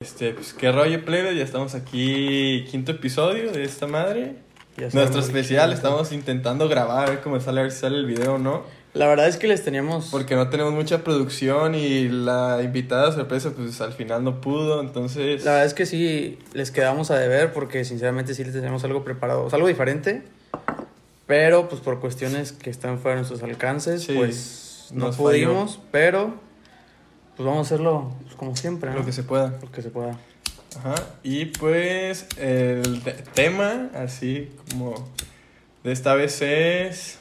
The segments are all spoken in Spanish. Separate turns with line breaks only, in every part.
Este, pues qué rollo, plebe, ya estamos aquí, quinto episodio de esta madre.
Ya saben,
Nuestro especial, estamos intentando grabar, a ver cómo sale, a ver si sale el video o no.
La verdad es que les teníamos.
Porque no tenemos mucha producción y la invitada sorpresa, pues al final no pudo, entonces...
La verdad es que sí les quedamos a deber porque sinceramente sí les teníamos algo preparado, o sea, algo diferente. Pero pues por cuestiones que están fuera de nuestros alcances,
Sí,
pues no
nos
pudimos, pero pues vamos a hacerlo pues, como siempre, ¿no?
Lo que se pueda.
Lo que se pueda.
Ajá. Y pues el te- tema, así como de esta vez es...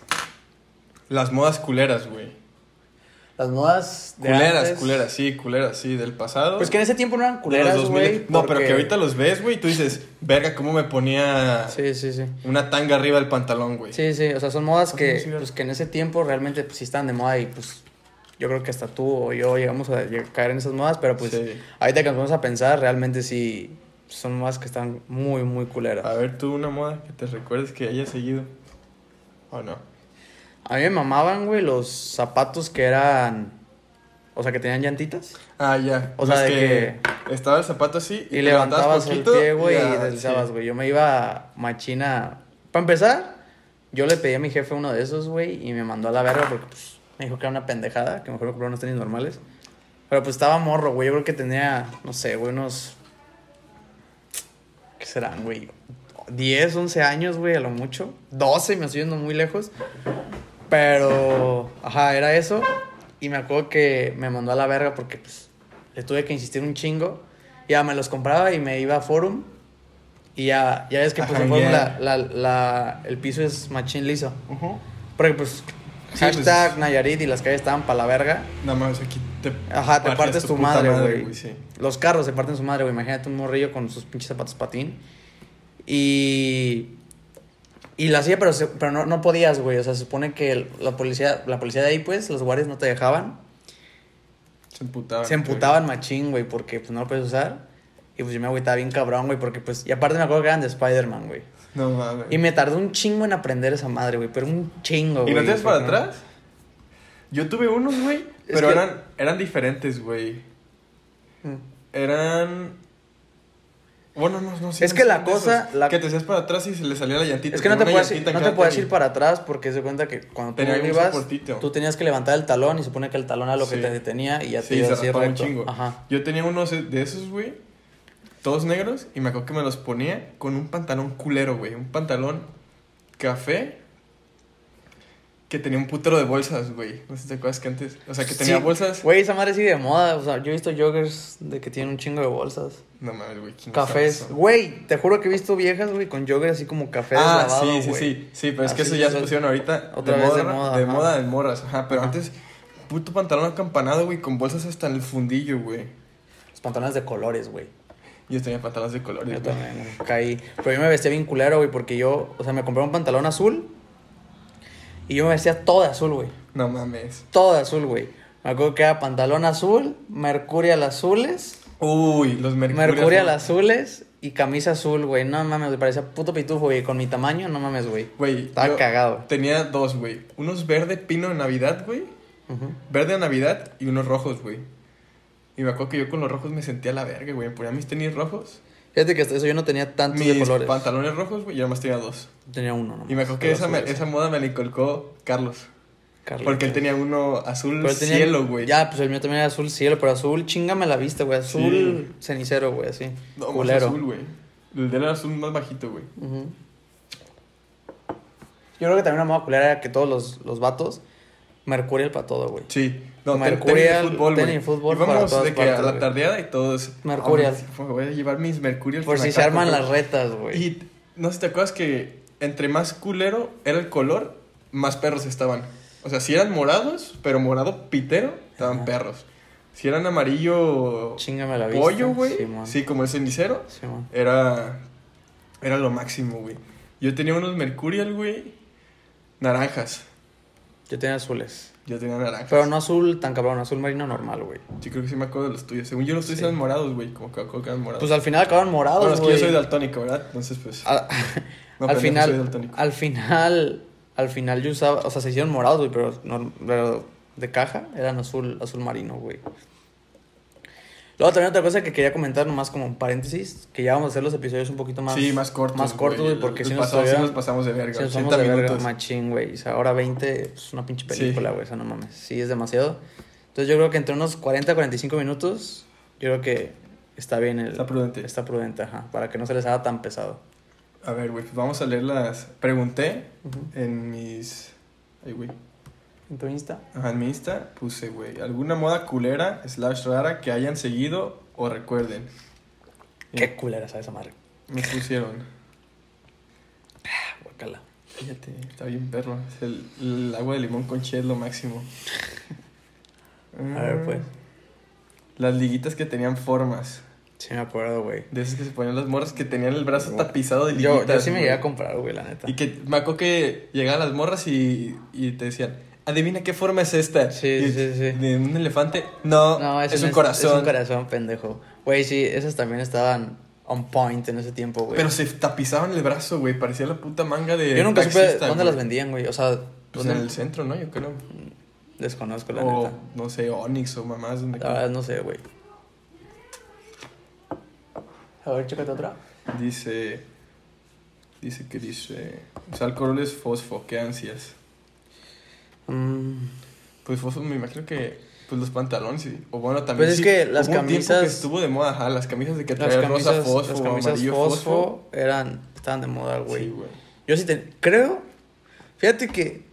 Las modas culeras, güey.
Las modas de
Culeras,
antes-
culeras, sí, culeras, sí, del pasado.
Pues que en ese tiempo no eran
De los
culeras,
2000.
güey.
No, pero
porque-
que ahorita los ves, güey, y tú dices, verga, cómo me ponía
Sí, sí, sí.
una tanga arriba del pantalón, güey.
Sí, sí, o sea, son modas
Ojo,
que,
sí, ¿verdad?
pues, que en ese tiempo realmente pues, sí estaban de moda y pues yo creo que hasta tú o yo llegamos a lleg- caer en esas modas, pero pues
Sí.
ahorita que nos vamos a pensar, realmente sí son modas que están muy, muy culeras.
A ver, tú una moda que te recuerdes que hayas seguido. ¿O no?
A mí me mamaban, güey, los zapatos que eran, o sea, que tenían llantitas
Ah, ya.
O sea,
Los
de
estaba el zapato así
y levantabas el
poquito
pie, güey, y
ya,
deslizabas,
sí.
güey. Yo me iba machina. Para empezar, yo le pedí a mi jefe uno de esos, güey, y me mandó a la verga porque pues, me dijo que era una pendejada, que mejor me compraba unos tenis normales. Pero pues estaba morro, güey. Yo creo que tenía, no sé, güey, unos. ¿Qué serán, güey? 10, 11 años, güey, a lo mucho. 12, me estoy yendo muy lejos. Pero, ajá, era eso. Y me acuerdo que me mandó a la verga porque, pues, le tuve que insistir un chingo. Ya me los compraba y me iba a Forum. Y ya, ya ves que,
A
pues, en Forum
janguear.
la, la- la- el piso es machín liso.
Ujú.
Porque, pues,
pues-
hashtag Nayarit y las calles estaban para la verga.
Nada más aquí te
Ajá, te partes tu
puta
madre, güey.
sí.
Los carros se parten su madre, güey. Imagínate un morrillo con sus pinches zapatos patín. Y. Y la hacía, pero, se- pero no, no podías, güey. O sea, se supone que el- la policía, la policía de ahí, pues, los guardias no te dejaban.
Se emputaban.
Se emputaban machín, güey, porque pues no lo puedes usar. Y pues yo me agüitaba bien cabrón, güey, porque pues. Y aparte me acuerdo que eran de Spider-Man, güey.
No mames.
Y me tardó un chingo en aprender esa madre, güey. Pero un chingo, güey.
¿Y no tienes
O sea,
para
no.
atrás? Yo tuve unos, güey, pero
que-
eran, eran diferentes, güey.
Mm.
Eran... Bueno, no, no
Es que la cosa- la-
Que te hacías para atrás y se le salía la llantita.
Es que no te,
como una
puedes, ir-
llantita en
no te
cada
puedes
tenis.
ir para atrás porque se cuenta que cuando tú
Tenía algún
ibas,
soportito.
tú tenías que levantar el talón y se supone que el talón era lo que
Sí.
te detenía y ya te
Sí,
ibas
se
así
raspaba un
recto.
chingo.
Ajá.
Yo tenía unos de esos, güey, todos negros, y me acuerdo que me los ponía con un pantalón culero, güey. Un pantalón café que tenía un putero de bolsas, güey. No sé si te acuerdas que antes... O sea, que tenía
Sí,
bolsas...
Güey, esa madre sigue de moda. O sea, yo he visto joggers de que tienen un chingo de bolsas.
No mames, güey. ¿quién usaba
Cafés.
eso?
Güey, te juro que he visto viejas, güey, con joggers así como café
Ah,
deslavado,
sí, sí,
güey.
sí. Sí, pero es que
Así
eso ya
se
se
usa-
pusieron ahorita.
otra vez de
¿no?
moda,
De
ajá.
moda en morras, ajá. Pero
Ajá.
antes, puto pantalón acampanado, güey, con bolsas hasta en el fundillo, güey.
Los pantalones de colores, güey.
Yo tenía pantalones de colores,
Yo
güey.
también, güey, caí. Pero yo me vestía bien culero, güey, porque yo, o sea, me compré un pantalón azul y yo me vestía todo de azul, güey.
No mames.
todo de azul, güey. Me acuerdo que era pantalón azul, mercurial azules,
Uy, los mercurial.
mercurial
güey.
azules y camisa azul, güey. No mames, güey, parecía puto pitufo, güey. Con mi tamaño, no mames, güey.
Güey,
Estaba
yo
cagado.
Tenía dos, güey. Unos verde pino de Navidad, güey.
Ujú.
Verde de Navidad y unos rojos, güey. Y me acuerdo que yo con los rojos me sentía la verga, güey. Me ponía mis tenis rojos,
Fíjate que hasta eso yo no tenía tantos de
mis
colores.
pantalones rojos, güey. Y además tenía dos.
Tenía uno, nomás.
Y me acuerdo que
pero
esa, me-
azules.
esa moda me la inculcó Carlos.
Carlos.
Porque él tenía uno azul
Pero él tenía-
cielo, güey.
Ya, pues el mío también era azul cielo, pero azul, chingame la vista, güey. Azul cenicero, güey, así.
No, más
culero.
azul, güey. El de él era azul más bajito, güey.
Ujú. Yo creo que también una moda culera era que todos los, los vatos, mercurial para todo, güey.
Sí. No, ten-
Mercurial,
tenis de fútbol, güey.
tenis de fútbol
Íbamos
para todas
de que a
partes,
la
güey.
tardeada y todos...
Mercurial.
"Ah, me- Voy a llevar mis mercurial.
Por
que
si
me
se
acabo
arman
de
las
comprar".
retas, güey.
Y no sé si te acuerdas que entre más culero era el color, más perros estaban. O sea, si eran morados, pero morado pitero, estaban
Ajá.
perros. Si eran amarillo
Chingame la vista.
pollo, güey.
Simón.
sí, como el cenicero,
Simón.
Era. Era lo máximo, güey. Yo tenía unos Mercurial, güey. Naranjas.
Yo tenía azules.
Yo tenía naranjas.
Pero no azul tan cabrón, azul marino normal, güey.
Yo creo que sí me acuerdo de los tuyos. Según yo, los tuyos
Sí.
eran morados, güey. Como que como que eran morados.
Pues al final acabaron
bueno, es
morados,
que yo
güey.
soy daltónico, ¿verdad? Entonces, pues.
Al-
No, pendejo,
al
soy
final,
daltónico.
al final, al final yo usaba, o sea, se hicieron morados, güey, pero, no- pero de caja eran azul, azul marino, güey. Luego también otra cosa que quería comentar, nomás como un paréntesis, que ya vamos a hacer los episodios un poquito más...
sí, más cortos.
Más cortos, güey,
El-
porque
el
si nos
pasado sí
todavía-
nos pasamos de verga.
Sí, nos
80
vamos de verga,
minutos.
machín, güey. O sea, ahora 20 es una pinche
Sí.
película, güey. O sea, no mames. Sí, es demasiado. Entonces yo creo que entre unos 40 45 minutos, yo creo que está bien el...
Está prudente.
Está prudente, ajá. Para que no se les haga tan pesado.
A ver, güey, pues vamos a leer las... Pregunté en mis... Ay, güey.
¿En tu Insta?
Ajá, en mi Insta puse, güey, alguna moda culera slash rara que hayan seguido o recuerden. Y
Qué culera sabe esa madre.
Me pusieron.
Ah, guacala.
Fíjate, está bien perro. Es el, el agua de limón con chile es lo máximo. Mm.
A ver, pues.
Las liguitas que tenían formas.
Sí me acuerdo, güey.
De esas que se ponían las morras que tenían el brazo tapizado de liguitas.
Yo, yo sí me
güey.
llegué a comprar, güey, la neta.
Y que me acuerdo que llegaban las morras y, y te decían, adivina qué forma es esta.
Sí,
Y-
sí, sí.
De un elefante. No,
No,
es,
ese
un
no
corazón.
Es un corazón, pendejo. Güey, sí, esas también estaban on point en ese tiempo, güey.
Pero se tapizaban el brazo, güey. Parecía la puta manga de.
Yo nunca supe
taxista,
dónde
güey.
las vendían, güey. O sea,
Pues
dónde-
en el centro, ¿no? Yo creo.
desconozco, la
O,
neta.
no sé, Onyx o mamás. Donde
La verdad no sé, güey. A ver, chécate otra.
Dice. Dice que dice. Usar coroles fosfo, qué ansias.
Mm,
Pues fosfo, me imagino que. Pues los pantalones, sí. O bueno, también.
Pues es
sí,
que las
hubo un tiempo
camisas-
que estuvo de moda, ajá, las camisas de que
las
traía rosa
camisas,
fosfo,
las camisas
amarillo
fosfo,
fosfo.
eran, estaban de moda, güey.
Sí, güey.
Yo sí te, creo, fíjate que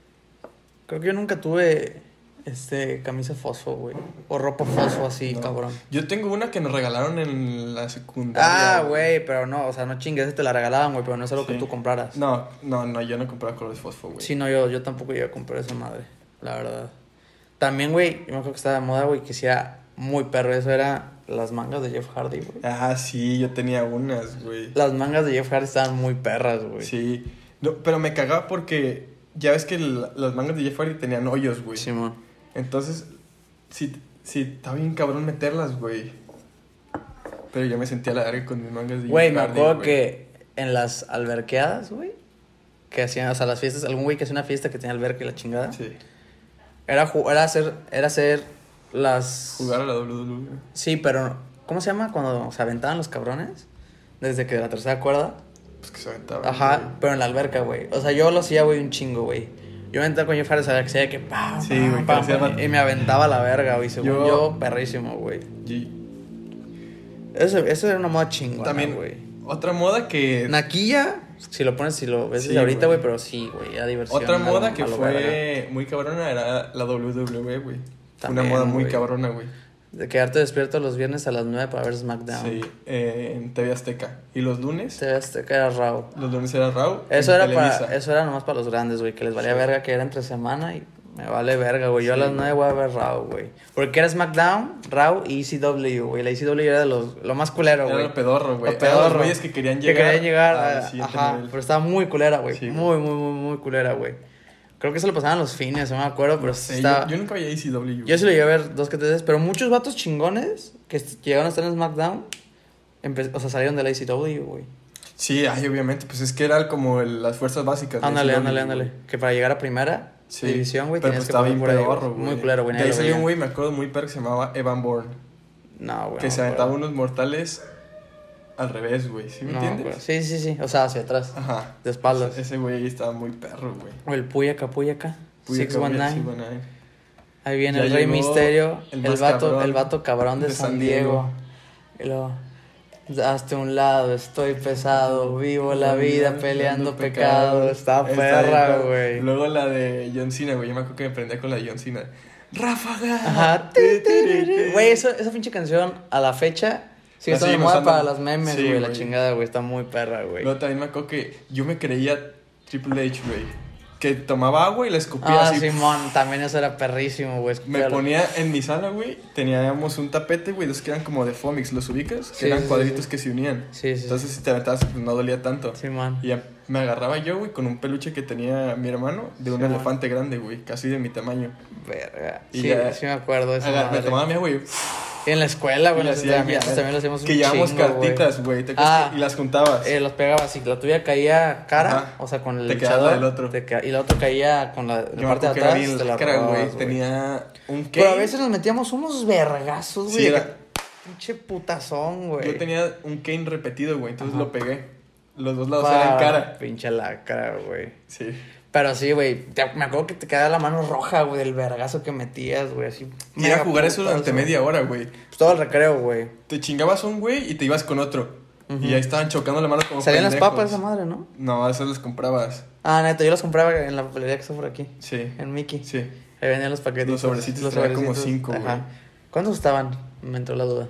creo que yo nunca tuve este camisa fosfo, güey, o ropa fosfo así,
No.
cabrón.
Yo tengo una que nos regalaron en la secundaria.
Ah, güey, pero no, o sea, no chingues, esa te la regalaban, güey, pero no es algo que
Sí.
tú compraras.
No, no, no, yo no compraba colores fosfo, güey.
Sí, no, yo, yo tampoco llegué a comprar esa madre, la verdad. También, güey, yo me acuerdo que estaba de moda, güey, que sea muy perro. Eso era las mangas de Jeff Hardy, güey.
Ah, sí, yo tenía unas, güey.
Las mangas de Jeff Hardy estaban muy perras, güey.
Sí. No, pero me cagaba porque ya ves que el- las mangas de Jeff Hardy tenían hoyos, güey.
Simón.
Entonces, sí, sí, está bien cabrón meterlas, güey. Pero yo me sentía a la verga con mis mangas de
Güey,
Jeff
me
Hardy,
acuerdo
güey.
que en las alberqueadas, güey, que hacían, o sea, las fiestas, algún güey que hacía una fiesta que tenía alberca y la chingada.
Sí,
Era, ju- era hacer, era hacer las...
jugar a la E, WWE.
Sí, pero, ¿cómo se llama? Cuando se aventaban los cabrones, desde que de la tercera cuerda.
Pues que se aventaba.
Ajá, pero en la alberca, güey. O sea, yo lo hacía, güey, un chingo, güey. Yo me entraba con Jeff Harris a la que sea que pam,
Sí,
pam,
güey, que
pam,
hacía
pam,
la-
y me aventaba a la verga, güey. Según yo,
Yo-
perrísimo, güey.
Y
Eso, eso era una moda chingona,
también,
güey.
otra moda que.
Naquilla, si lo pones, si lo ves
Sí,
desde ahorita,
güey.
güey, pero sí, güey, era diversión.
Otra
a lo-
moda que
a lo
fue
verga.
muy cabrona era la WWE, güey. Fue Una
También,
moda muy
güey.
cabrona, güey.
De quedarte despierto los viernes a las 9 para ver SmackDown.
Sí, eh, en TV Azteca. Y los lunes,
Te veas, te quedas rabo.
los lunes era Raw.
Eso
en
era,
Televisa.
para, eso era nomás para los grandes, güey, que les valía
Sí.
verga que era entre semana y me vale verga, güey. Yo a
Sí,
las
güey.
9 voy a ver Raw, güey. Porque era SmackDown, Raw y ECW, güey. La ECW era de los, lo más culero,
Era
güey.
lo pedorro, güey. Era
Lo pedorro.
los güeyes que querían
Que
llegar.
querían llegar,
al
a-
siguiente
ajá,
nivel.
pero estaba muy culera, güey.
Sí,
muy, muy, muy, muy culera, güey. Creo que se lo pasaban los fines, no me acuerdo, pero
Sí,
sí
yo-
estaba...
yo, nunca veía ECW.
Yo sí lo llegué a ver dos que tres veces, pero muchos vatos chingones que est- llegaron a estar en SmackDown, empe- o sea, salieron de la ECW, güey.
Sí, ay, obviamente. Pues es que eran como el- las fuerzas básicas. de
Ándale,
ECW,
ándale,
güey.
ándale. Que para llegar a primera
Sí.
división, güey,
Pero pues
tenías que
estaba bien
por ahí, güey.
pedorro, güey.
Muy culero, güey.
De
nadie
ahí
lo
salió un
veía.
güey, me acuerdo muy perro que se llamaba Evan Bourne.
No, güey.
que
no
se
me
aventaba
acuerdo.
unos mortales al revés, güey. ¿Sí me
No, pues.
entiendes?
güey. Sí, sí, sí. O sea, hacia atrás.
Ajá.
De espaldas.
Ese güey estaba muy perro, güey.
O el Puyaca, Puyaca.
Puyo Cowboy,
619.
619.
Ahí viene
Ya
el Rey
llegó
Misterio.
el
El,
más
vato,
cabrón
el vato cabrón de, San Diego. Y luego, Hazte un lado, estoy pesado, vivo la vida peleando pecado. Está
bien,
perra,
perra.
güey.
Luego la de John Cena, güey. Yo me acuerdo que me prendía con la de John Cena. ¡Ráfaga!
Ajá.
Ti, ti, ti, ti.
Güey, eso- esa pinche canción a la fecha sigue
La
estando de
sigue
moda
usando.
para las memes,
Sí,
güey. la
güey.
chingada, güey. Está muy perra, güey.
Luego también me acuerdo que yo me creía Triple H, güey. Que tomaba agua y la escupía
Ah,
así.
Simón, también eso era perrísimo, güey.
Me
Claro.
ponía en mi sala, güey. Teníamos un tapete, güey. Los que eran como de Fomix, ¿los ubicas? Que
Sí,
eran
sí, sí,
cuadritos
sí.
que se unían.
Sí, sí.
Entonces, si te aventabas, pues, no dolía tanto.
sí. Simón.
Y ya me agarraba yo, güey, con un peluche que tenía mi hermano de un
Sí, bueno.
elefante grande, güey, casi de mi tamaño.
Verga.
Y
Sí,
ya-
sí me acuerdo de esa
Agar- me
madre.
tomaba mi agua, güey.
Y en la escuela, güey,
Y
los
le hacía
entrenamientos
guiar.
también los hacíamos un
Que llevábamos
chingo, güey.
cartitas, güey. ¿te acuerdas
Ah.
que- Y las juntabas.
Eh, los pegabas y la tuya caía cara,
Ajá.
o sea, con el
Te quedaba la
luchador,
del otro.
te ca- y la otra caía con la, la
Yo me
parte de
acuerdo que era
atrás.
bien
te la
lacra,
robabas,
güey.
güey.
Tenía un
Pero a
cane.
veces nos metíamos unos vergazos, güey.
Sí,
de
era-
que- pinche putazón, güey.
Yo tenía un cane repetido, güey, entonces
Ajá.
lo pegué. Los dos lados
Pa,
eran cara.
Pinche lacra, güey.
Sí.
Pero sí, güey. te- Me acuerdo que te quedaba la mano roja, güey, del vergazo que metías, güey. Así.
Y era
mega
jugar eso
putazo.
durante media hora, güey.
Pues todo el recreo, güey.
Te chingabas un güey y te ibas con otro.
Ujú.
Y ahí estaban chocando la mano como
Salían las
pendejos.
papas esa madre, ¿no?
No, esas las comprabas.
Ah, neto, yo las compraba en la papelería que está por aquí.
Sí.
En Mickey.
Sí.
Ahí venían los paquetes.
Los sobrecitos traía como cinco, güey.
¿Cuántos estaban? Me entró la duda.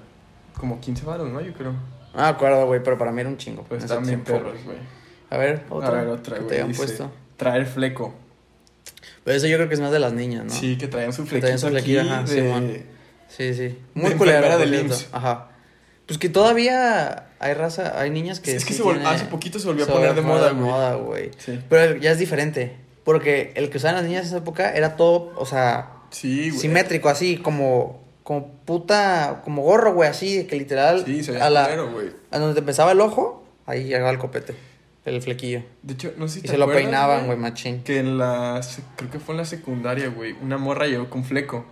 Como 15 varos, ¿no? Yo creo.
No me acuerdo, güey, pero para mí era un chingo.
Pues
En
estaban
ese
bien
tiempo,
perros, güey.
güey. A ver, otra.
A ver, otra,
que
güey.
te habían
dice,
puesto.
Traer fleco.
Pero eso yo creo que es más de las niñas, ¿no?
Sí, que traían su flequito
traían su flequillo,
aquí
ajá,
de...
Simón. Sí, sí.
De
Muy
enfermera
culera
del
del
IMSS.
Ajá. Pues que todavía hay raza, hay niñas que.
Es que
sí
se vol-
tienen-
hace poquito se volvió a
se
poner de moda,
de
güey.
moda, güey.
Sí.
Pero ya es diferente. Porque el que usaban las niñas en esa época era todo, o sea,
Sí, güey.
simétrico, así, como, como puta, como gorro, güey, así, de que literal.
Sí, se
a,
veía
la,
culero, güey.
a donde te empezaba el ojo, ahí llegaba el copete, el flequillo.
De hecho, no sé si
Y
te
se lo
acuerdas,
peinaban, güey, machín.
Que en la... sec- Creo que fue en la secundaria, güey. Una morra llegó con fleco.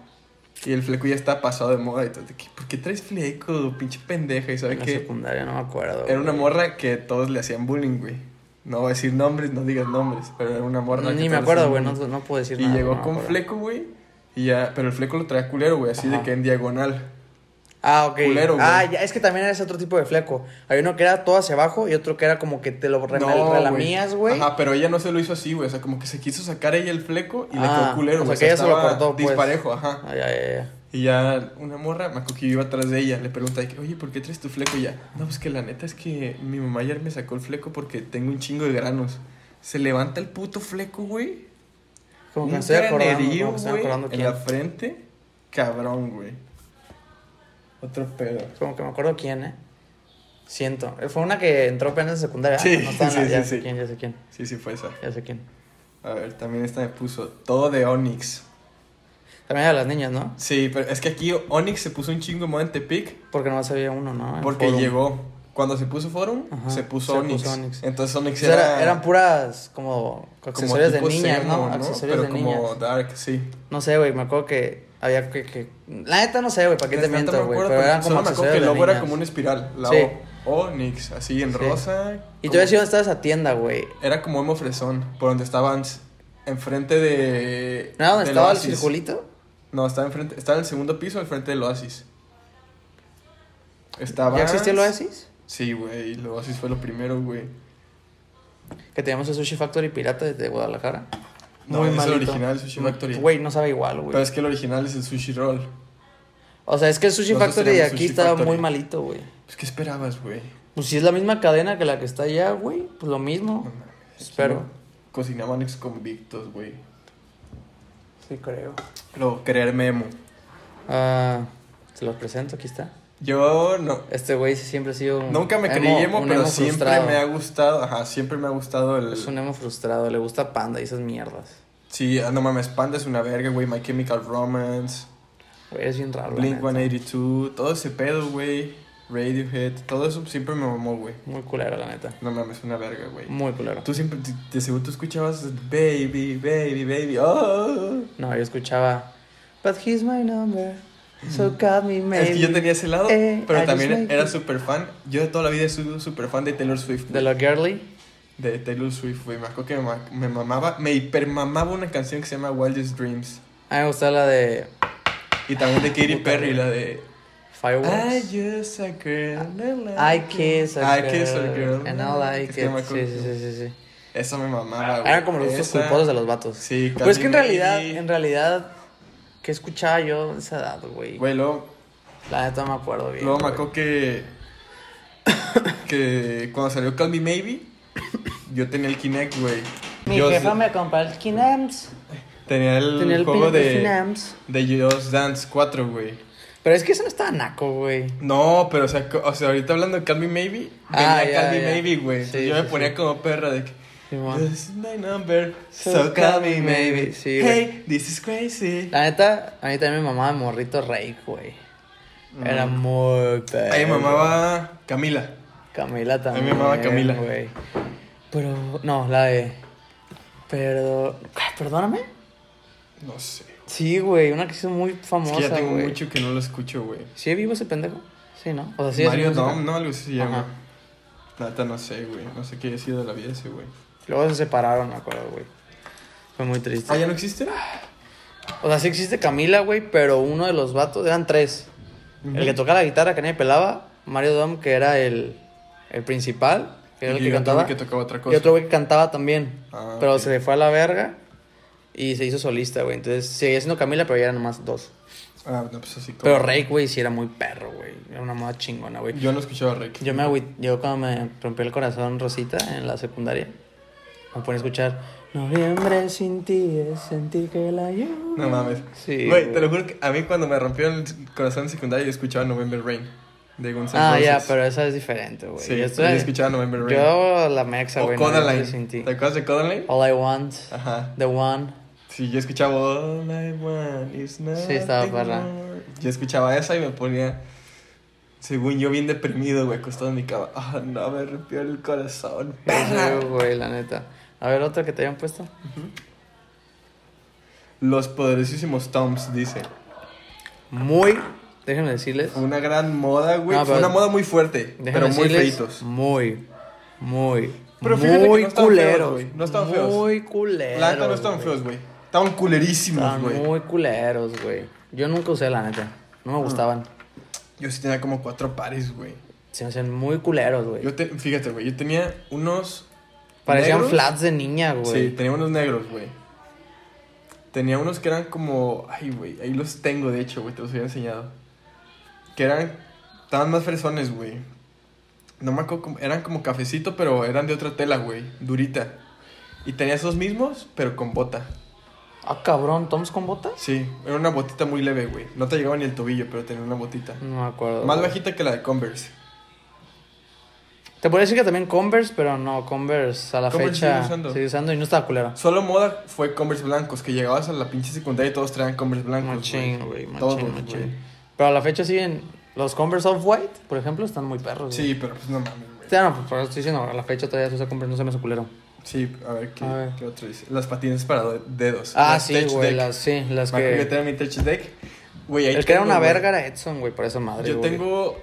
Y el fleco ya está pasado de moda. Y todo, de que, ¿por qué traes fleco, pinche pendeja? Y sabe
En la
que
secundaria, no me acuerdo.
era una
güey.
morra que todos le hacían bullying, güey. No voy a decir nombres, no digas nombres. Pero era una morra que
Ni
todos
me
le
acuerdo,
hacían
güey, no,
bullying.
no puedo decir
Y
nada. no
llegó
me
con
acuerdo.
fleco, güey. Y ya... Pero el fleco lo traía culero, güey. Así de
Ajá.
que en diagonal.
Ah, ok.
Culero, güey.
ah, ya, es que también eres otro tipo de fleco. Hay uno que era todo hacia abajo y otro que era como que te lo rem- relamías, güey.
Ajá, pero ella no se lo hizo así, güey. O sea, como que se quiso sacar ella el fleco y le
Ah,
quedó culero,
o
güey.
sea, que ella se lo
estaba
cortó, pues.
Disparejo, ajá.
Ah, ya, ya, ya.
Y ya una morra, me acuerdo que yo iba atrás de ella, le pregunta, de que, oye, ¿por qué traes tu fleco? Y ya, no, pues que la neta es que mi mamá ayer me sacó el fleco porque tengo un chingo de granos. Se levanta el puto fleco, güey.
Como que
un
me estoy acordando.
granerío,
Como que estoy
güey,
acordando
en
quién.
la frente. Cabrón, güey. Otro pedo.
Como que me acuerdo quién, eh. Siento. Fue una que entró apenas en secundaria.
Sí,
Ah, no estaba en la-
sí,
ya
sí,
sé
sí.
quién, ya sé quién.
Sí, sí, fue esa.
Ya sé quién.
A ver, también esta me puso todo de Onyx.
También era de las niñas, ¿no?
Sí, pero es que aquí Onyx se puso un chingo de moda en Tepic
Porque nomás había uno, ¿no? En
porque
Ah, Forum.
llegó. Cuando se puso Forum,
Ajá,
se puso
se
Onyx.
puso Onyx.
Entonces
O
Onyx
sea, era-
era,
eran puras como
como
accesorios de
tipo
niñas,
emo,
¿no? Accesorios
Pero
de
como
niñas.
dark, sí.
No sé, güey, me acuerdo que había que, que... La neta no sé, güey, ¿para qué te
Neta, no
miento,
me
güey?
acuerdo,
Pero eran
solo
como
me acuerdo que
accesorios
el
de
logo
niñas.
era como una espiral. La
Sí.
O, Onyx, así en
Sí.
rosa.
Y
como-
tú habías ido hasta esa tienda, güey.
Era como emo fresón, por donde estaban s- enfrente de...
¿No era Ah, donde
del
estaba
Oasis.
el circulito?
No, estaba, enfrente, estaba en el segundo piso, al frente del Oasis. Estaba...
¿Ya existía el Oasis?
Sí, güey, el Oasis fue lo primero, güey.
Que teníamos el Sushi Factory pirata desde Guadalajara.
No,
Muy
es el
malito.
original, el Sushi Factory. Pues,
Güey, no sabe igual,
Pero
güey.
es que el original es el sushi roll.
O sea, es que el Sushi
Nosotros
Factory de
teníamos
aquí
Sushi
estaba
Factory.
muy malito, güey.
Pues, ¿qué esperabas, güey?
Pues si es la misma cadena que la que está allá, güey, pues lo
No
mismo.
mames, aquí
Espero.
Cocinaban ex convictos, güey.
Sí, creo.
Lo creerme emo.
Ah, se los presento, aquí está.
Yo no.
Este güey siempre ha sido un
Nunca me creí
emo-
emo,
un
pero
emo
siempre
frustrado.
me ha gustado. Ajá, siempre me ha gustado el.
Es un emo frustrado, le gusta Panda y esas mierdas.
Sí, ah, no mames, Panda es una verga, güey. My Chemical Romance,
Güey, es bien raro. la
Blink
neta.
182, todo ese pedo, güey. Radiohead, todo eso siempre me mamó, güey.
Muy culero, la neta.
No mames, una verga, güey.
Muy culero.
Tú siempre, de- de seguro tú escuchabas Baby, Baby, Baby, oh.
No, yo escuchaba. But he's my number. So call me maybe.
Es que yo tenía ese lado,
Eh, I
pero
just
también
like
era
it.
súper fan. Yo de toda la vida he sido súper fan de Taylor Swift.
De
güey.
lo girly.
De Taylor Swift, güey. Me acuerdo que me, ma- me mamaba, me hipermamaba una canción que se llama Wildest Dreams.
A mí me gustaba la de
Y también de Katy
Puta,
Perry,
güey.
la de I
Fireworks.
just a girl.
I, kiss a
I
girl.
kiss a girl.
And I like
Es que
it.
me
Sí,
acuerdo.
sí, sí, sí. sí.
Eso me mamaba, güey.
Eran Ah, como los gustos
Esa-
culposos de los vatos.
Sí,
Pues es que en
Katy
realidad,
Perry.
en realidad, ¿qué escuchaba yo de esa edad, güey?
Güey, luego,
La neta no me acuerdo bien.
luego me
güey.
acuerdo que. que cuando salió Call Me Maybe, yo tenía el Kinect, güey.
Mi
Yo
jefa me compró el Kinams.
Tenía el
Tenía el
juego
juego
de.
Kinams.
De Just Dance 4, güey.
Pero es que eso no estaba naco, güey.
No, pero o sea, co- o sea, ahorita hablando de Call Me Maybe, venía
Ah, ya,
Call Me
ya.
Maybe, güey.
Sí,
Entonces yo
sí,
me ponía
sí.
como perra de que
Simón.
This is my number, so,
So
call me maybe.
Sí, güey.
hey, this is crazy.
La neta, a mí también me mamaba Morrito Rey, güey. Era
Mm.
muy perro.
Ahí me mamaba Camila.
Camila
mí
también.
me mamaba Camila.
Güey. Pero, no, la de. Pero. ah, Perdóname.
No sé.
Sí, güey, una que hizo muy
Es
famosa.
que ya tengo
güey.
mucho que no lo escucho, güey.
¿Sigue vivo ese pendejo? Sí, ¿no? O sea, sí es
Mario
música.
Dom, ¿no? Algo así se
Ajá.
llama. Nata, no sé, güey. No sé qué decir de la vida ese, güey.
Luego se separaron, me acuerdo, güey. Fue muy triste.
¿Ah, ya no existe?
O sea, sí existe Camila, güey, pero uno de los vatos, eran tres. El que tocaba la guitarra, que nadie pelaba, Mario Dom, que era el, el principal, que era el
Y
que
otro
cantaba.
güey que tocaba otra
Y
cosa.
otro güey que cantaba también.
Ah,
pero
ok.
se le fue a la verga y se hizo solista, güey. Entonces seguía siendo Camila, pero ya eran nomás dos.
Ah, no, pues así como.
Pero Rake, güey, sí era muy perro, güey. Era una moda chingona, güey.
Yo no escuchaba a Rick.
Yo me agüi- yo cuando me rompió el corazón Rosita en la secundaria, me pone a escuchar Noviembre sin ti es sentir que la lluvia.
No mames.
Sí.
Güey, te lo juro que a mí cuando me rompió el corazón en secundaria yo escuchaba November Rain de Guns N'
Ah,
Roses.
ya, pero esa es diferente, güey.
Sí,
Yo
yo
estoy-
escuchaba November Rain.
Yo la mexa,
o
güey. Noviembre
Codaline.
sin ti. Oh.
¿Te acuerdas de Codaline?
All I want,
Ajá.
the one.
Sí, yo escuchaba All I Want is
Sí, estaba
nothing
perra.
more. Yo escuchaba esa y me ponía, según yo, bien deprimido, güey, acostado en mi cama. Ah, no, me rompió el corazón, perra.
Sí, güey, la neta. A ver, otra que te hayan puesto.
Los poderosísimos Toms, dice.
Muy, déjenme decirles.
Fue una gran moda, güey.
No,
Fue
pero-
una moda muy fuerte,
Déjenme
pero muy
decirles,
feitos.
Muy, muy,
Pero fíjate que
muy
no estaban
culeros.
feos, güey. No estaban feos.
Muy culeros.
La neta no estaban feos, güey. Estaban culerísimos,
Estaban
güey. Ah.
muy culeros, güey. Yo nunca usé, la neta. No me gustaban.
Yo sí tenía como cuatro pares, güey.
Se me hacían muy culeros, güey.
Yo te, fíjate, güey, yo tenía unos.
Parecían
negros.
flats de niña,
Sí,
güey.
tenía unos negros, güey. Tenía unos que eran como. Ay, güey, ahí los tengo, de hecho, güey, te los había enseñado. Que eran. Estaban más fresones, güey. No me acuerdo, cómo- eran como cafecito, pero eran de otra tela, güey, durita. Y tenía esos mismos, pero con bota.
Ah, cabrón, ¿toms con botas?
Sí, era una botita muy leve, güey. No te llegaba ni el tobillo, pero tenía una botita.
No me acuerdo.
Más
güey.
bajita que la de Converse.
Te podría decir que también Converse, pero no, Converse a la
Converse
fecha
sigue usando.
sigue usando y no estaba culero.
Solo moda fue Converse blancos, que llegabas a la pinche secundaria y todos traían Converse blancos.
Machín, güey,
Todos,
machín,
güey.
machín. Pero a la fecha siguen. Los Converse Off-White, por ejemplo, están muy perros. güey.
Sí, pero pues no mames, güey.
Sí, no, pues, pero estoy diciendo, a la fecha todavía se usa Converse, no se me hace culero.
Sí, a ver qué,
A ver.
qué otro dice. Las patines para do- dedos.
Ah,
Las
sí,
Tech
güey,
Deck.
las, sí, las
Me acuerdo que
que...
tenía mi Tech Deck. Güey, ahí
El que era
tengo,
una
güey.
verga era Edson, güey, por esa madre,
Yo
güey.
tengo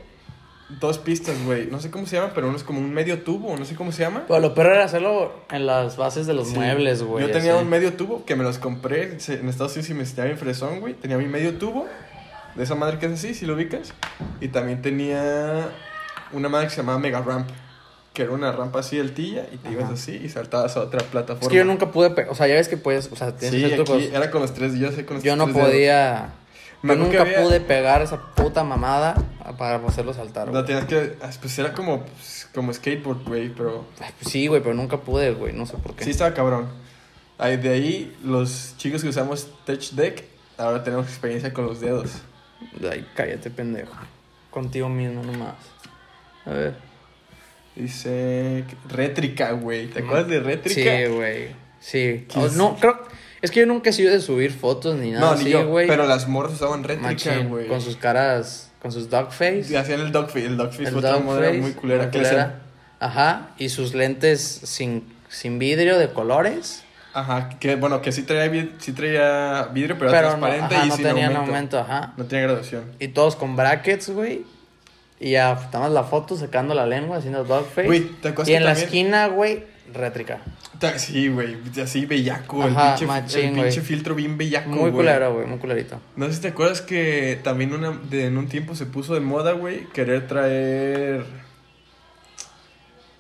dos pistas, güey. No sé cómo se llama, pero uno es como un medio tubo, no sé cómo se llama.
Pero lo peor era hacerlo en las bases de los
Sí.
muebles, güey.
Yo tenía
así.
un medio tubo que me los compré se- en Estados Unidos y me enseñaba en fresón, güey. Tenía mi medio tubo de esa madre que es así, si lo ubicas. Y también tenía una madre que se llamaba Mega Ramp, que era una rampa así deltilla y te ibas
Ajá.
así y saltabas a otra plataforma.
Es que yo nunca pude... pe- O sea, ya ves que puedes... O sea, tienes
Sí,
que hacer
aquí
trucos.
era con los tres, yo sé con los
Yo no
tres dedos.
podía...
Me
Yo
acuerdo que
nunca
había-
pude pegar esa puta mamada para hacerlo saltar,
No,
güey.
tenías que. ah, Pues era como, pues, como skateboard, güey, pero.
Ay, pues Sí, güey, pero nunca pude, güey. No sé por qué.
Sí, estaba cabrón. Ahí- De ahí, los chicos que usamos Tech Deck, ahora tenemos experiencia con los dedos.
Ay, cállate, pendejo. Contigo mismo nomás. A ver.
Dice. Rétrica, güey. ¿Te acuerdas de Rétrica?
Mm. Sí, güey. Sí.
¿Quién
O-
es?
no, creo. Es que yo nunca he sido de subir fotos ni nada
no,
así,
ni yo.
güey.
Pero las morras usaban Rétrica,
Machín,
güey.
Con sus caras. Con sus dog face.
Y hacían el dogface. El dogface
el
fue otra
dog
moda
face,
muy culera.
una
Que le hacían-
culera. Ajá. Y sus lentes sin, sin vidrio de colores.
Ajá, que bueno, que sí traía, vid- sí traía vidrio, pero, era
Pero no,
transparente
ajá,
y
no
sin
tenían
aumento.
aumento, ajá.
No tenía graduación.
Y todos con brackets, güey. Y ya, nada más la foto sacando la lengua, haciendo dogface.
Güey, ¿te acuerdas
Y
que
en la
también-
esquina, güey, rétrica.
Ta- Sí, güey, así bellaco, el
Ajá,
pinche,
machín,
el pinche
güey.
filtro bien bellaco,
Muy
güey.
culero, güey, muy culerito.
No sé si te acuerdas que también una, de- en un tiempo se puso de moda, güey, querer traer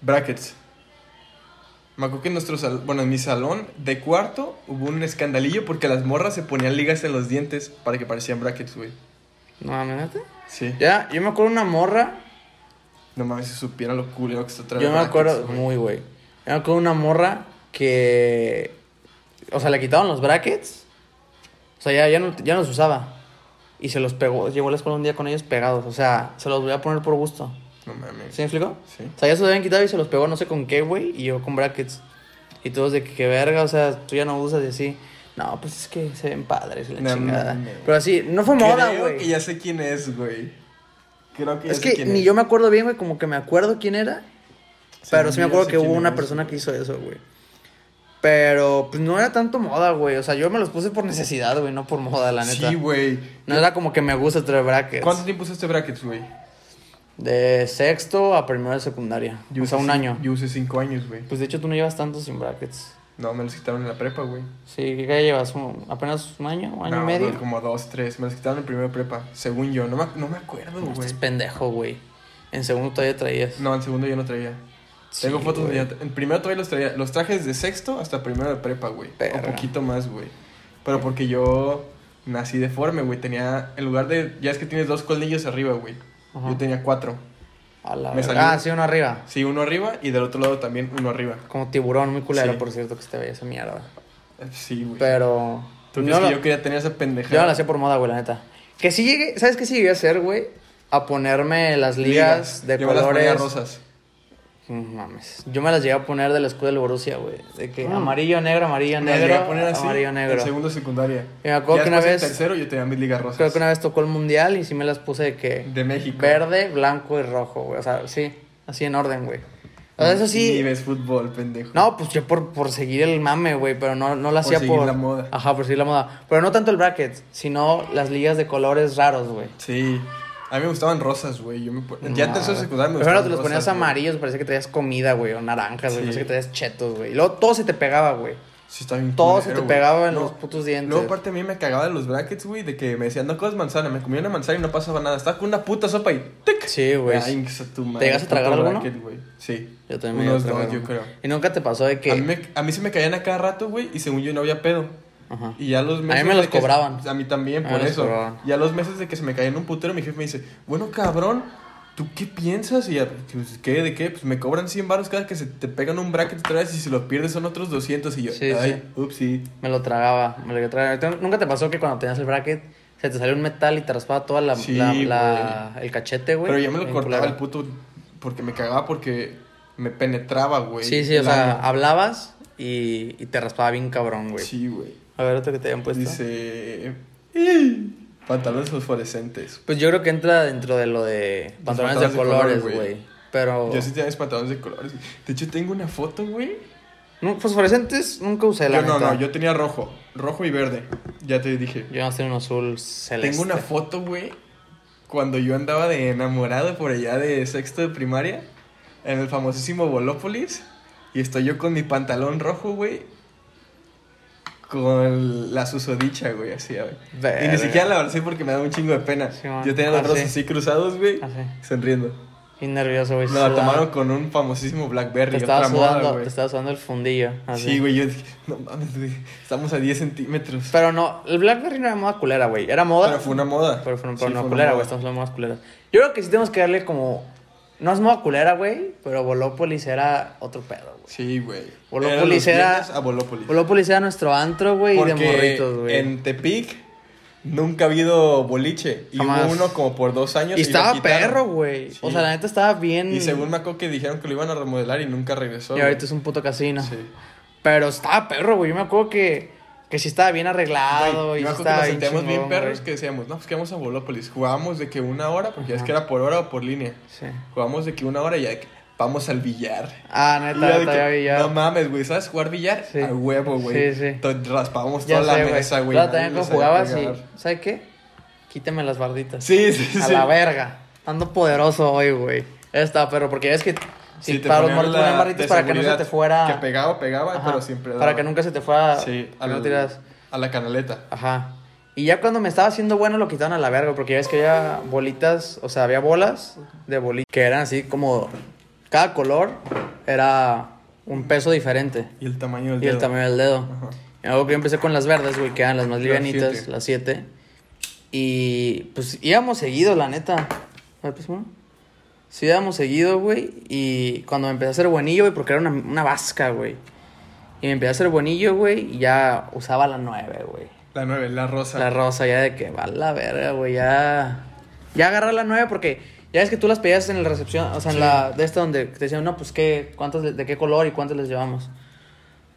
brackets. Me acuerdo que en nuestro salón, bueno, en mi salón de cuarto hubo un escandalillo porque las morras se ponían ligas en los dientes para que parecían brackets, güey.
No mames, ¿neta?
Sí.
Ya, yo me acuerdo una morra.
No mames, si supieran lo culero que está traer
Yo me
brackets,
acuerdo,
güey.
muy güey. Yo me acuerdo una morra que. O sea, le quitaban los brackets. O sea, ya, ya, no, ya no los usaba. Y se los pegó. Llegó a la escuela un día con ellos pegados. O sea, se los voy a poner por gusto.
No mames.
¿Sí me explico?
Sí.
O sea, ya se lo habían quitado y se los pegó no sé con qué, güey. Y yo con brackets. Y todos de que, que verga, o sea, tú ya no usas y así. No, pues es que se ven padres y la
No
chingada.
mames.
Pero así, no fue moda,
Creo
güey.
que ya sé quién es, güey. Creo que ya
Es
sé
que
quién
ni
es.
yo me acuerdo bien, güey, como que me acuerdo quién era. pero sí me
yo
acuerdo
sé
que hubo
quién
una
es.
persona que hizo eso, güey. Pero, pues no era tanto moda, güey. O sea, yo me los puse por necesidad, güey, no por moda, la neta.
Sí, güey.
no era como que me gusta traer brackets.
¿Cuánto tiempo usaste brackets, güey?
De sexto a primero de secundaria.
Yo
o sea,
usé
un
cin-
año.
Yo usé cinco años, güey.
Pues de hecho tú no llevas tanto sin brackets.
No, me los quitaron en la prepa, güey.
Sí, ¿qué qué llevas? ¿Un- ¿Apenas un año? ¿Un año
No,
y medio?
no, Como dos, tres. Me los quitaron en primero de prepa, según yo. No me, no me acuerdo,
No,
güey.
estás pendejo, güey. En segundo todavía traías.
No, en segundo yo no traía.
Sí,
Tengo fotos
güey.
donde ya- En primero todavía los traía. Los trajes de sexto hasta primero de prepa, güey. Un
Perra.
poquito más, güey. Pero porque yo nací deforme, güey. Tenía. En lugar de. Ya es que tienes dos colmillos arriba, güey.
Ajá.
Yo tenía cuatro.
A la
me
verga.
salió-
Ah, sí, uno arriba.
Sí, uno arriba y del otro lado también uno arriba.
Como tiburón, muy culero,
Sí.
por cierto, que se te veía esa mierda.
Eh, Sí, güey.
Pero.
¿Tú
no
crees
lo-
que yo quería tener esa
Yo no
pendejada?
la hacía por moda, güey, la neta. Que sí llegué, ¿sabes qué sí llegué a hacer, güey? A ponerme las ligas, de
Yo me las ponía
colores.
rosas.
Mm, mames. Yo me las llegué a poner del escudo del Borussia, güey. De que
Mm.
amarillo, negro, amarillo,
Me las llegué
negro.
a poner así
amarillo,
En
negro.
segundo de secundaria.
Y me acuerdo
Ya
que una
después en
vez-
tercero yo tenía mis ligas rosas.
Creo que una vez tocó el mundial y sí me las puse de que.
De México.
Verde, blanco y rojo, güey. O sea, sí. Así en orden, güey. O sea, eso sí.
Y ves fútbol, pendejo.
No, pues yo por, por seguir el mame, güey, pero no, no lo hacía por...
seguir la moda.
Ajá, por seguir la moda. Pero no tanto el bracket, sino las ligas de colores raros, güey.
Sí. A mí me gustaban rosas, güey. Yo me pon- Ya en tercero de secundaria me
Primero
gustaban
te los ponías
rosas, güey.
amarillos, parecía que traías comida, güey, o naranjas,
Sí.
güey, parecía que traías chetos, güey. Y luego todo se te pegaba, güey.
Sí, está bien
Todo
culero,
se te
güey.
pegaba en
No,
los putos dientes.
Luego, aparte, a mí me cagaba de los brackets, güey, de que me decían, no comes manzana. Me comía una manzana y no pasaba nada. Estaba con una puta sopa y tic.
Sí, güey.
Ay, que tu madre,
llegas a
puto
tragar alguno?
bracket, güey. sí.
Yo también me
Unos
llegué a
dos,
tragar
yo creo.
uno. Y nunca te pasó de que...
A mí, me- a mí se me caían a cada rato, güey, y según yo no había pedo.
Ajá.
Y ya los meses.
me los
de que-
cobraban.
A mí también,
A mí
por
me los
eso.
cobraban.
Ya los meses de que se me caían un putero, mi jefe me dice, bueno, cabrón, ¿tú qué piensas? Y ya, pues, ¿qué? ¿De qué? Pues me cobran 100 baros cada que se te pegan un bracket otra vez y si lo pierdes son otros 200. Y yo,
Sí,
ay, upsí.
Me lo tragaba, me lo tragaba. ¿Nunca te pasó que cuando tenías el bracket se te salió un metal y te raspaba toda la...
Sí,
la- la- el cachete, güey?
Pero yo me lo
Bien
cortaba
culero.
el puto porque me cagaba porque me penetraba, güey.
Sí, sí, o
La-
sea, hablabas y, y te raspaba bien cabrón, güey.
Sí, güey.
A ver, otro que te hayan puesto.
Dice. "Ih, Pantalones fosforescentes.
Pues yo creo que entra dentro de lo de pantalones de
pantalones de color,
colores,
güey.
güey. Pero.
Yo sí tenía mis pantalones de colores. De hecho, tengo una foto, güey.
No, fosforescentes nunca usé la
Yo no,
neta.
no, yo tenía rojo. Rojo y verde. Ya te dije.
Yo no sé un azul celeste.
Tengo una foto, güey. Cuando yo andaba de enamorado por allá de sexto de primaria. En el famosísimo Bolópolis. Y estoy yo con mi pantalón rojo, güey. Con la susodicha, güey, así, a ver. Y
Verga.
ni siquiera la abracé porque me daba un chingo de pena.
Sí, man.
yo tenía los
Ah,
brazos
sí.
así cruzados, güey.
Así.
Sonriendo.
Ah, Y nervioso, güey.
Me la
sudado.
tomaron con un famosísimo Blackberry.
Pues Te estaba
otra moda,
sudando,
güey.
te estaba sudando el fundillo. así.
Sí, güey, yo dije, no mames, güey. Estamos a 10 centímetros.
Pero no, el Blackberry no era moda culera, güey. Era moda.
Pero fue una moda.
Pero fue, pero
Sí,
no
fue una
culera, güey.
moda.
Estamos hablando de modas culeras. Yo creo que sí tenemos que darle como. No es moda culera, güey. Pero Bolópolis era otro pedo, güey.
Sí, güey.
Volópolis
Eran los
era-
viernes A Volópolis.
Bolópolis era nuestro antro, güey, de
Porque
morritos, güey.
en Tepic nunca ha habido boliche. Y
Jamás.
hubo uno como por dos años.
Y
lo
estaba
quitaron.
perro, güey.
Sí.
O sea, la neta estaba bien.
Y según me acuerdo que dijeron que lo iban a remodelar y nunca regresó.
Y
güey.
ahorita es un puto casino.
Sí.
Pero estaba perro, güey. Yo me acuerdo que, que sí estaba bien arreglado.
Güey,
y
yo me
sí
acuerdo que
estaba
nos sentíamos bien,
chingón,
perros
güey.
que decíamos, no, pues que vamos a Volópolis. Jugábamos de que una hora, porque ya es
Ajá.
que era por hora o por línea.
Sí.
Jugábamos de que una hora y ya de que vamos al billar.
Ah,
Y
neta,
yo de
neta,
que,
ya vi ya.
No mames, güey, ¿sabes jugar billar?
Sí.
A huevo, güey.
Sí, sí.
To- Raspábamos
ya
toda la
sé, güey.
mesa, güey.
Luego
nadie
también
le
cuando
sabía
jugabas y.
pegar.
¿Sabes qué? Quíteme las barditas.
Sí, sí,
A
sí.
la verga. Ando poderoso hoy, güey. Estaba perro, porque es que. Si
Sí, te
para los
ponían
morros te
la
ponían barditas
de
para que no se
seguridad,
te fuera.
Que pegaba, pegaba,
Ajá,
pero siempre.
Para
daba.
que nunca se te fuera.
Sí,
que no
al-
tiras.
A la canaleta.
Ajá. Y ya cuando me estaba haciendo bueno lo quitaron a la verga, porque ya ves que había bolitas, o sea, había bolas de bolitas que eran así como cada color era un peso diferente
Y el tamaño del
y el
dedo.
tamaño del dedo.
Ajá.
Y luego que yo empecé con las verdes, güey, que eran las más
Las
livianitas,
siete.
las 7. Y pues íbamos seguido, la neta. A ver, pues, bueno. Sí, íbamos seguido, güey. Y cuando me empecé a hacer buenillo, güey, porque era una, una vasca, güey. Y me empecé a hacer buenillo, güey, y ya usaba la 9, güey.
La nueve, la rosa.
La rosa, ya de que va a la verga, güey, ya. Ya agarrar la nueve porque ya es que tú las pedías en la recepción, o sea, en la de esta donde te decían, no, pues qué, cuántas, le- de qué color y cuántas les llevamos.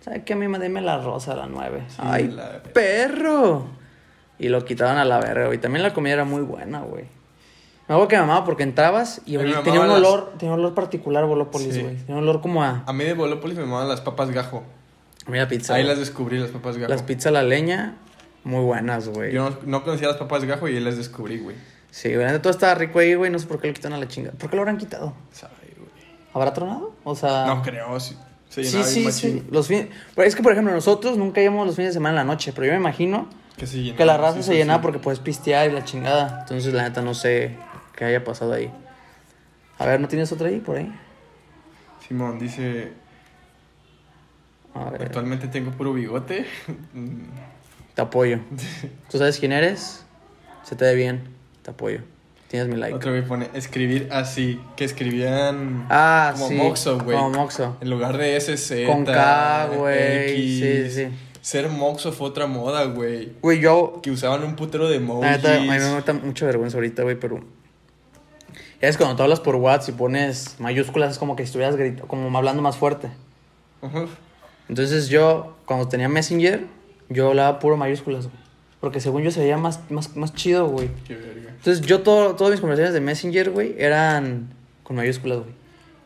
¿Sabes qué? A mí me deme la rosa, la nueve. ¡Ay,
la-
perro! Y lo quitaron a la verga, güey. También la comida era muy buena, güey. Me acuerdo que me mamaba porque entrabas y
A mí
olía-
me
tenía un
mamaban las-
olor, tenía un olor particular, Bolópolis,
Sí.
güey. Tenía un olor como a.
A mí de Volópolis me llamaban las papas gajo.
Mira, pizza.
Ahí
güey.
las descubrí, las papas gajo.
Las pizzas a la leña, muy buenas, güey.
Yo no, no conocía las papas gajo y ahí las descubrí, güey.
Sí, güey, la neta, todo estaba rico ahí, güey, no sé por qué lo quitan a la chinga. ¿Por qué lo habrán quitado?
Sabe, güey.
¿Habrá tronado? O sea...
No creo, sí. Se
Ah. Sí,
llenaba bien
sí,
machín.
sí. Los fines... pero es que, por ejemplo, nosotros nunca íbamos los fines de semana en la noche, pero yo me imagino
Que, se
que la
llenaba,
raza
sí,
se
sí,
llenaba
sí.
porque puedes pistear y la chingada. Entonces, la neta, no sé qué haya pasado ahí. A ver, ¿no tienes otra ahí por ahí?
Simón dice,
A ver,
actualmente tengo puro bigote. Mm,
te apoyo. ¿Tú sabes quién eres? Se te ve bien. Te apoyo. Tienes mi like.
Otro güey pone, escribir así, que escribían
Ah,
como
sí.
Moxo, güey.
Como Moxo.
En lugar de SZ,
Con K, güey.
X.
Sí, sí.
Ser moxo fue otra moda, güey.
Güey, yo.
Que usaban un putero de emojis.
La neta, a mí me da mucha vergüenza ahorita, güey, pero. Ya es cuando tú hablas por WhatsApp y pones mayúsculas, es como que estuvieras gritando, como hablando más fuerte.
Ujú.
Entonces yo, cuando tenía Messenger, yo hablaba puro mayúsculas, güey. Porque según yo se veía más, más, más chido, güey.
Qué verga.
Entonces yo todo, todas mis conversaciones de Messenger, güey, eran con mayúsculas, güey.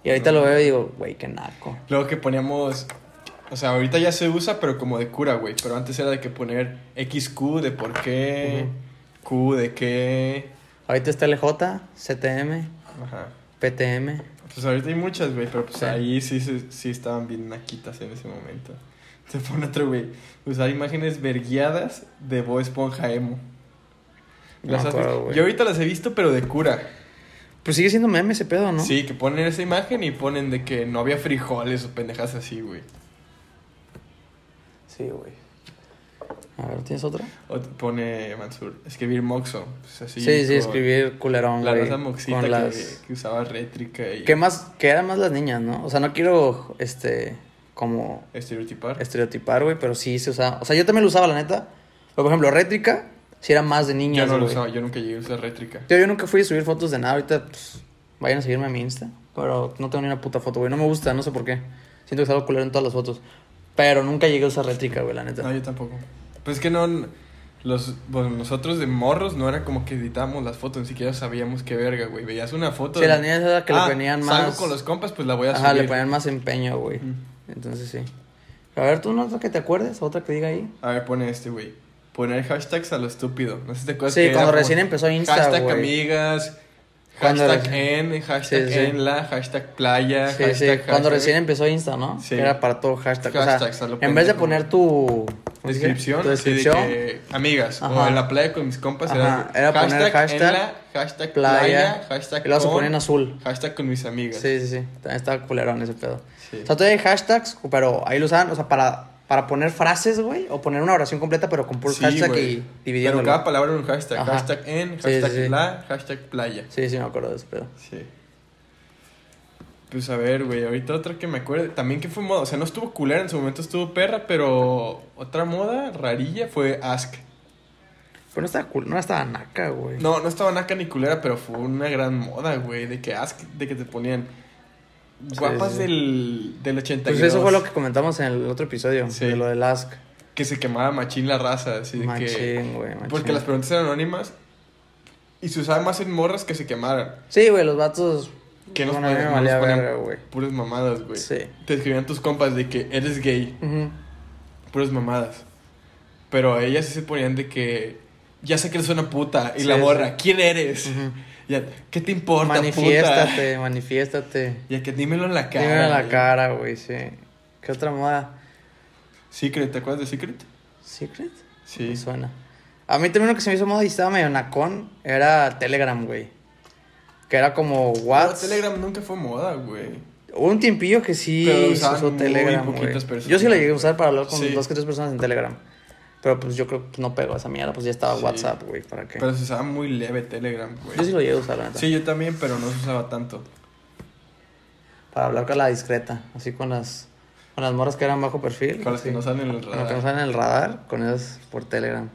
Y ahorita lo veo y digo, güey, qué naco.
Luego que poníamos. O sea, ahorita ya se usa, pero como de cura, güey. Pero antes era de que poner XQ de por qué, Q de qué.
Ahorita está LJ, CTM,
Ajá.
PTM.
Pues ahorita hay muchas, güey, pero pues
Sí.
ahí sí, sí, sí estaban bien naquitas en ese momento. Se pone otro, güey. Usar imágenes verguiadas de Bob Esponja Emo.
No
Las
me
has
acuerdo,
visto?
güey.
Yo ahorita las he visto, pero de cura.
Pues sigue siendo meme ese pedo, ¿no?
Sí, que ponen esa imagen y ponen de que no había frijoles o pendejas así, güey.
Sí, güey. A ver, ¿tienes otra?
O te pone Mansur, escribir moxo. Pues así,
Sí, sí,
con
escribir culerón,
La
güey.
raza moxita
con
que,
las...
que usaba rétrica y
Que más, que eran más las niñas, ¿no? O sea, no quiero, este, como
estereotipar.
estereotipar, güey, pero sí se usaba. O sea, yo también lo usaba, la neta. Pero, por ejemplo, rétrica, si era más de
Yo
niñas,
no lo
güey.
usaba, yo nunca llegué a usar rétrica.
Yo, yo nunca fui a subir fotos de nada. Ahorita, pues, vayan a seguirme a mi Insta. Pero no tengo ni una puta foto, güey. No me gusta, no sé por qué. Siento que salgo culero en todas las fotos. Pero nunca llegué a usar rétrica, güey, la neta.
No, yo tampoco. Pues es que no. Los, bueno, nosotros de morros no era como que editábamos las fotos, ni siquiera sabíamos qué verga, güey. Veías una foto.
Sí, las niñas era que le
Ah,
ponían más-
Salgo con los compas, pues la voy a
Ajá,
subir.
le ponían más empeño, güey.
Ujú.
Entonces, sí. A ver, ¿tú una otra que te acuerdes? ¿Otra que diga ahí?
A ver, pone este, güey. Poner hashtags a lo estúpido. No sé si te acuerdas
Sí,
que era
cuando
como
recién empezó Insta,
Hashtag
güey.
amigas,
Cuando
hashtag
recién-
en, hashtag
Sí, sí.
en la, hashtag playa,
Sí, sí.
hashtag,
Cuando
hashtag.
recién empezó Insta, ¿no?
Sí.
Era para todo hashtag. O sea,
Hashtags, a lo
en vez de
pendejo.
poner tu... ¿cómo se dice?
Descripción,
Tu
así de
descripción.
que, amigas, o
Ajá.
en la playa con mis compas
Ajá, era poner
en
hashtag,
la, hashtag playa,
playa.
hashtag
y luego se
con,
ponían azul.
hashtag con mis amigas.
Sí, sí, sí. También estaba culerón ese pedo.
Sí.
O sea, todavía hay hashtags, pero ahí lo usaban, o sea, para, para poner frases, güey, o poner una oración completa, pero con puro
Sí,
hashtag
güey.
y dividiéndolo.
Pero cada palabra era un hashtag.
Ajá.
Hashtag en,
Sí,
hashtag
sí, sí.
la, hashtag playa.
Sí, sí, me acuerdo de ese pedo.
Sí. Pues a ver, güey, ahorita otra que me acuerde. También que fue moda. O sea, no estuvo culera, en su momento estuvo perra, pero otra moda rarilla fue Ask.
Pero no estaba, cool, no estaba naca, güey.
No, no estaba naca ni culera, pero fue una gran moda, güey. De que Ask, de que te ponían guapas
sí, sí.
del, del 82.
Pues eso fue lo que comentamos en el otro episodio,
Sí.
de lo del ask.
Que se quemaba machín la raza, así de que...
Machín, güey, machín.
Porque las preguntas eran anónimas y se usaba más en morras que se quemaran.
Sí, güey, los vatos...
Que nos
bueno, a mí
ponen,
me
nos
valía
ponen
verga, güey.
puras mamadas, güey.
Sí.
Te escribían tus compas de que eres gay,
Ujú.
puras mamadas. Pero ellas sí se ponían de que ya sé que eres una puta y
Sí,
la
sí.
morra, ¿quién eres? Ya, ¿Qué te importa, puta?
Manifiéstate, manifiéstate.
Ya que dímelo en la cara.
Dímelo en la
güey.
cara, güey, sí. ¿Qué otra moda?
Secret, ¿te acuerdas de Secret?
¿Secret?
Sí.
Me suena. A mí también lo que se me hizo moda y estaba medio nacón era Telegram, güey. Que era como
Pero
WhatsApp.
Telegram nunca fue moda, güey.
Hubo un tiempillo que sí
Pero lo
se
usaban
usó
muy
Telegram,
poquitas
güey.
personas,
Yo sí lo llegué a
güey.
usar para hablar con
Sí.
dos que tres personas en Telegram. Pero pues yo creo que no pegó esa mierda, pues ya estaba
Sí.
WhatsApp, güey, ¿para qué?
Pero se usaba muy leve Telegram,
Yo sí
güey.
lo llegué a usar, la neta.
Sí, yo también, pero no se usaba tanto.
Para hablar con la discreta, así con las con las morras que eran bajo perfil.
Con las que
sí.
no salen en el
Con las
radar.
que no salen en el radar, con esas por Telegram.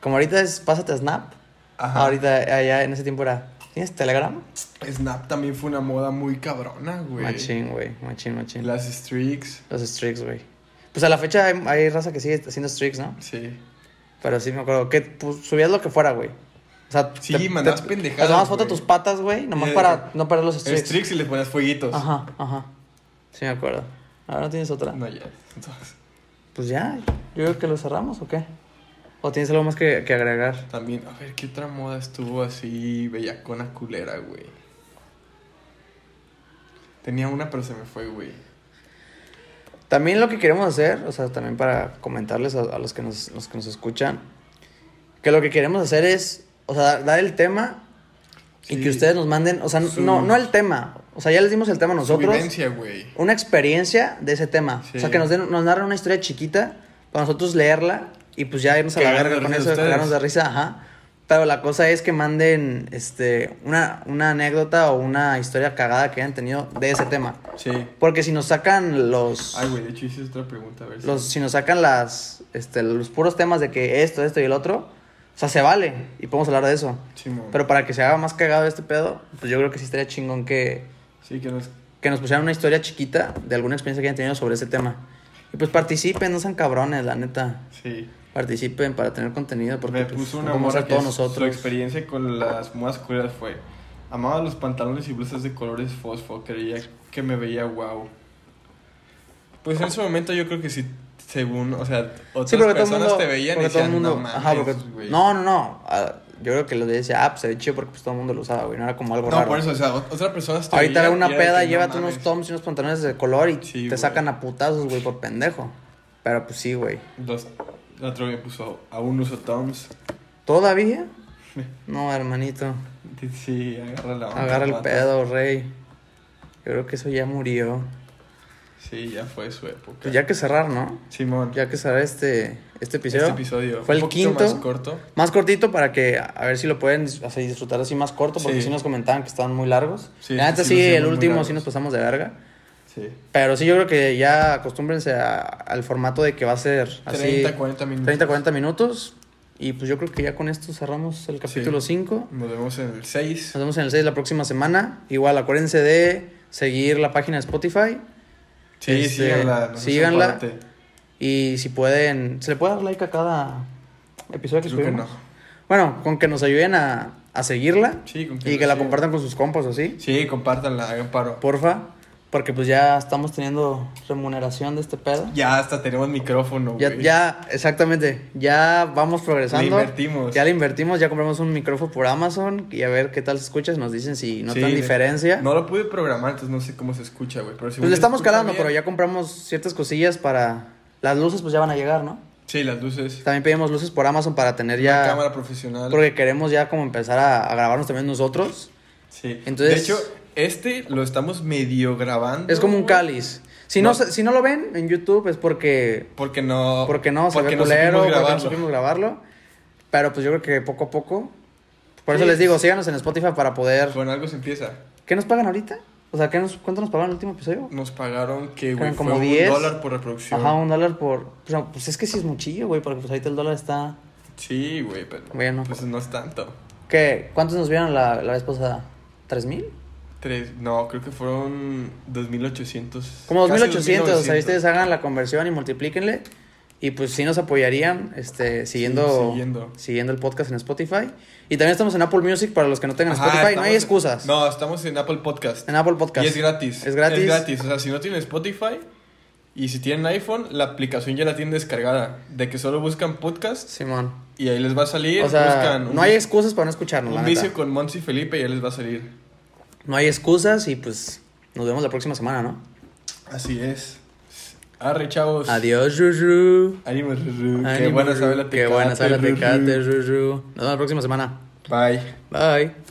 Como ahorita es pásate a Snap.
Ajá.
Ahorita allá en ese tiempo era, ¿tienes Telegram?
Snap también fue una moda muy cabrona, güey.
Machín, güey. Machín, machín.
Las streaks,
Los streaks, güey. Pues a la fecha hay, hay raza que sigue haciendo streaks, ¿no?
sí.
Pero sí me acuerdo que pues, subías lo que fuera, güey. O sea,
Sí, mandabas pendejadas,
Tomabas foto a
güey.
tus patas, güey, nomás
Eh,
para no perder los
El
streaks.
streaks y le ponías fueguitos.
Ajá, ajá. Sí me acuerdo. Ahora no tienes otra.
No, ya. Entonces,
Pues ya, yo creo que lo cerramos o qué. ¿O tienes algo más que, que agregar?
También, a ver, ¿qué otra moda estuvo así bellacona culera, güey? Tenía una, pero se me fue, güey.
También lo que queremos hacer, o sea, también para comentarles a, a los, que nos, los que nos escuchan, que lo que queremos hacer es, o sea, dar, dar el tema y
Sí.
que ustedes nos manden, o sea,
Su-
no, no el tema, o sea, ya les dimos el tema
Su
nosotros,
vivencia, güey.
una experiencia de ese tema, o sea,
Sí.
que nos, den, nos narren una historia chiquita para nosotros leerla y pues ya irnos a la
Cagarnos
verga
de
con
risa
eso,
ustedes.
cagarnos de risa, ajá. Pero la cosa es que manden este, una, una anécdota o una historia cagada que hayan tenido de ese tema.
Sí.
Porque si nos sacan los.
Ay, güey, de hecho hice otra pregunta, a ver si-
los si nos sacan las. Este, los puros temas de que esto, esto y el otro. O sea, se vale. Y podemos hablar de eso.
Simón.
Pero para que se haga más cagado este pedo, pues yo creo que sí estaría chingón que,
Sí, que nos...
que nos pusieran una historia chiquita de alguna experiencia que hayan tenido sobre ese tema. Y pues participen, no sean cabrones, la neta.
Sí.
Participen para tener contenido, porque
me
pues,
puso
no
una
podemos
morra
hacer
que
todos
su
nosotros.
experiencia con las modas culeras fue... Amaba los pantalones y blusas de colores fosfo. Creía que me veía wow. Pues en ese momento yo creo que sí, según... O sea, otras
Sí, porque todo el
personas
mundo.
te veían y
porque todo el
decían...
mundo.
no, mames,
ajá, porque.
güey".
No, no, no. Ah, yo creo que lo decía, ah, pues se ve chido porque pues, todo el mundo lo usaba, güey. No era como algo
No,
raro.
por eso, o sea, ot- otras personas te
Ahorita era
veían
una
y era de
peda,
que, no
llévate unos
mames.
toms y unos pantalones de color y
Sí,
te
güey.
sacan a putazos, güey, por pendejo. Pero pues sí, güey.
Los, el otro me puso, aún uso Toms.
¿Todavía? No, hermanito.
Sí, agarra la onda,
Agarra el
vato.
pedo, rey. Yo creo que eso ya murió.
Sí, ya fue su época.
Pues ya que cerrar, ¿no?
Simón,
Ya que cerrar este, este episodio.
este episodio
Fue el
un poquito
quinto.
más corto.
Más cortito para que a a ver si lo pueden dis- o sea, disfrutar así más corto, porque
Sí.
sí, nos comentaban que estaban muy largos.
Sí,
La neta
sí,
sí,
los
el
hicimos muy
último sí
largos.
nos pasamos de verga.
Sí.
Pero sí, yo creo que ya acostúmbrense a- al formato de que va a ser así.
30, 40 minutos.
30, 40 minutos. Y pues yo creo que ya con esto cerramos el capítulo
Sí.
5.
Nos vemos en el 6.
Nos vemos en el 6 la próxima semana. Igual, acuérdense de seguir la página de Spotify.
Sí,
Este,
síganla. no se
síganla.
aparte.
Y si pueden, ¿se le puede dar like a cada episodio que
Creo que
subimos?
no.
Bueno, con que nos ayuden a, a seguirla
Sí, con
y que la
sigan.
compartan con sus compas o así.
Sí, compártanla, hagan paro.
Porfa, porque pues ya estamos teniendo remuneración de este pedo.
Ya hasta tenemos micrófono,
Ya,
güey.
ya, exactamente, ya vamos
Le
progresando.
invertimos.
Ya le invertimos, ya compramos un micrófono por Amazon y a ver qué tal se escucha. Nos dicen si notan
Sí,
diferencia.
No lo pude programar, entonces no sé cómo se escucha, güey. Pero
pues le estamos calando, pero ya compramos ciertas cosillas para. Las luces, pues ya van a llegar, ¿no?
Sí, las luces.
También pedimos luces por Amazon para tener
La
ya.
cámara profesional.
Porque queremos ya como empezar a, a grabarnos también nosotros.
Sí.
Entonces-
de hecho, este lo estamos medio grabando.
Es como un
güey,
cáliz. Si no,
No.
se- si no lo ven en YouTube es porque.
Porque no.
Porque no, se ve
no
culero,
supimos
porque no
grabarlo.
supimos grabarlo. Pero pues yo creo que poco a poco. Por eso
Sí.
les digo, síganos en Spotify para poder.
Con algo se empieza.
¿Qué nos pagan ahorita? O sea, ¿qué nos, ¿cuánto nos pagaron en el último episodio?
Nos pagaron que,
Eran
güey,
como
fue un
10.
dólar por reproducción.
Ajá, un dólar por. Pues, no, pues es que sí es muchillo, güey, porque pues ahorita el dólar está.
Sí, güey, pero.
Bueno.
Pues no es tanto.
¿Qué? ¿Cuántos nos vieron la, la vez pasada? ¿Tres mil?
Tres, no, creo que fueron 2800.
Como
casi
2800, o sea,
2900.
ustedes hagan la conversión y multiplíquenle. Y pues sí nos apoyarían este, siguiendo,
siguiendo.
siguiendo el podcast en Spotify. Y también estamos en Apple Music para los que no tengan
Ajá,
Spotify. No
estamos
hay
en-
excusas.
No, estamos en Apple Podcast.
En Apple Podcast.
Y es gratis.
Es gratis.
Es gratis. O sea, si no tienen Spotify y si tienen iPhone, la aplicación ya la tienen descargada. De que solo buscan podcast
Simón.
y ahí les va a salir.
O sea,
buscan un-
no hay excusas para no escucharnos. la
Un
neta.
vicio con Monsi y Felipe y ya les va a salir.
No hay excusas y pues nos vemos la próxima semana, ¿no?
Así es. Arre, chavos.
Adiós, Juju.
Ánimo, Ruru. Pues, Qué
Ánimo,
buena
Ru.
sabe la
Qué buena sabe la
Ruru.
tecate, Juju. Nos vemos la próxima semana.
Bye.
Bye.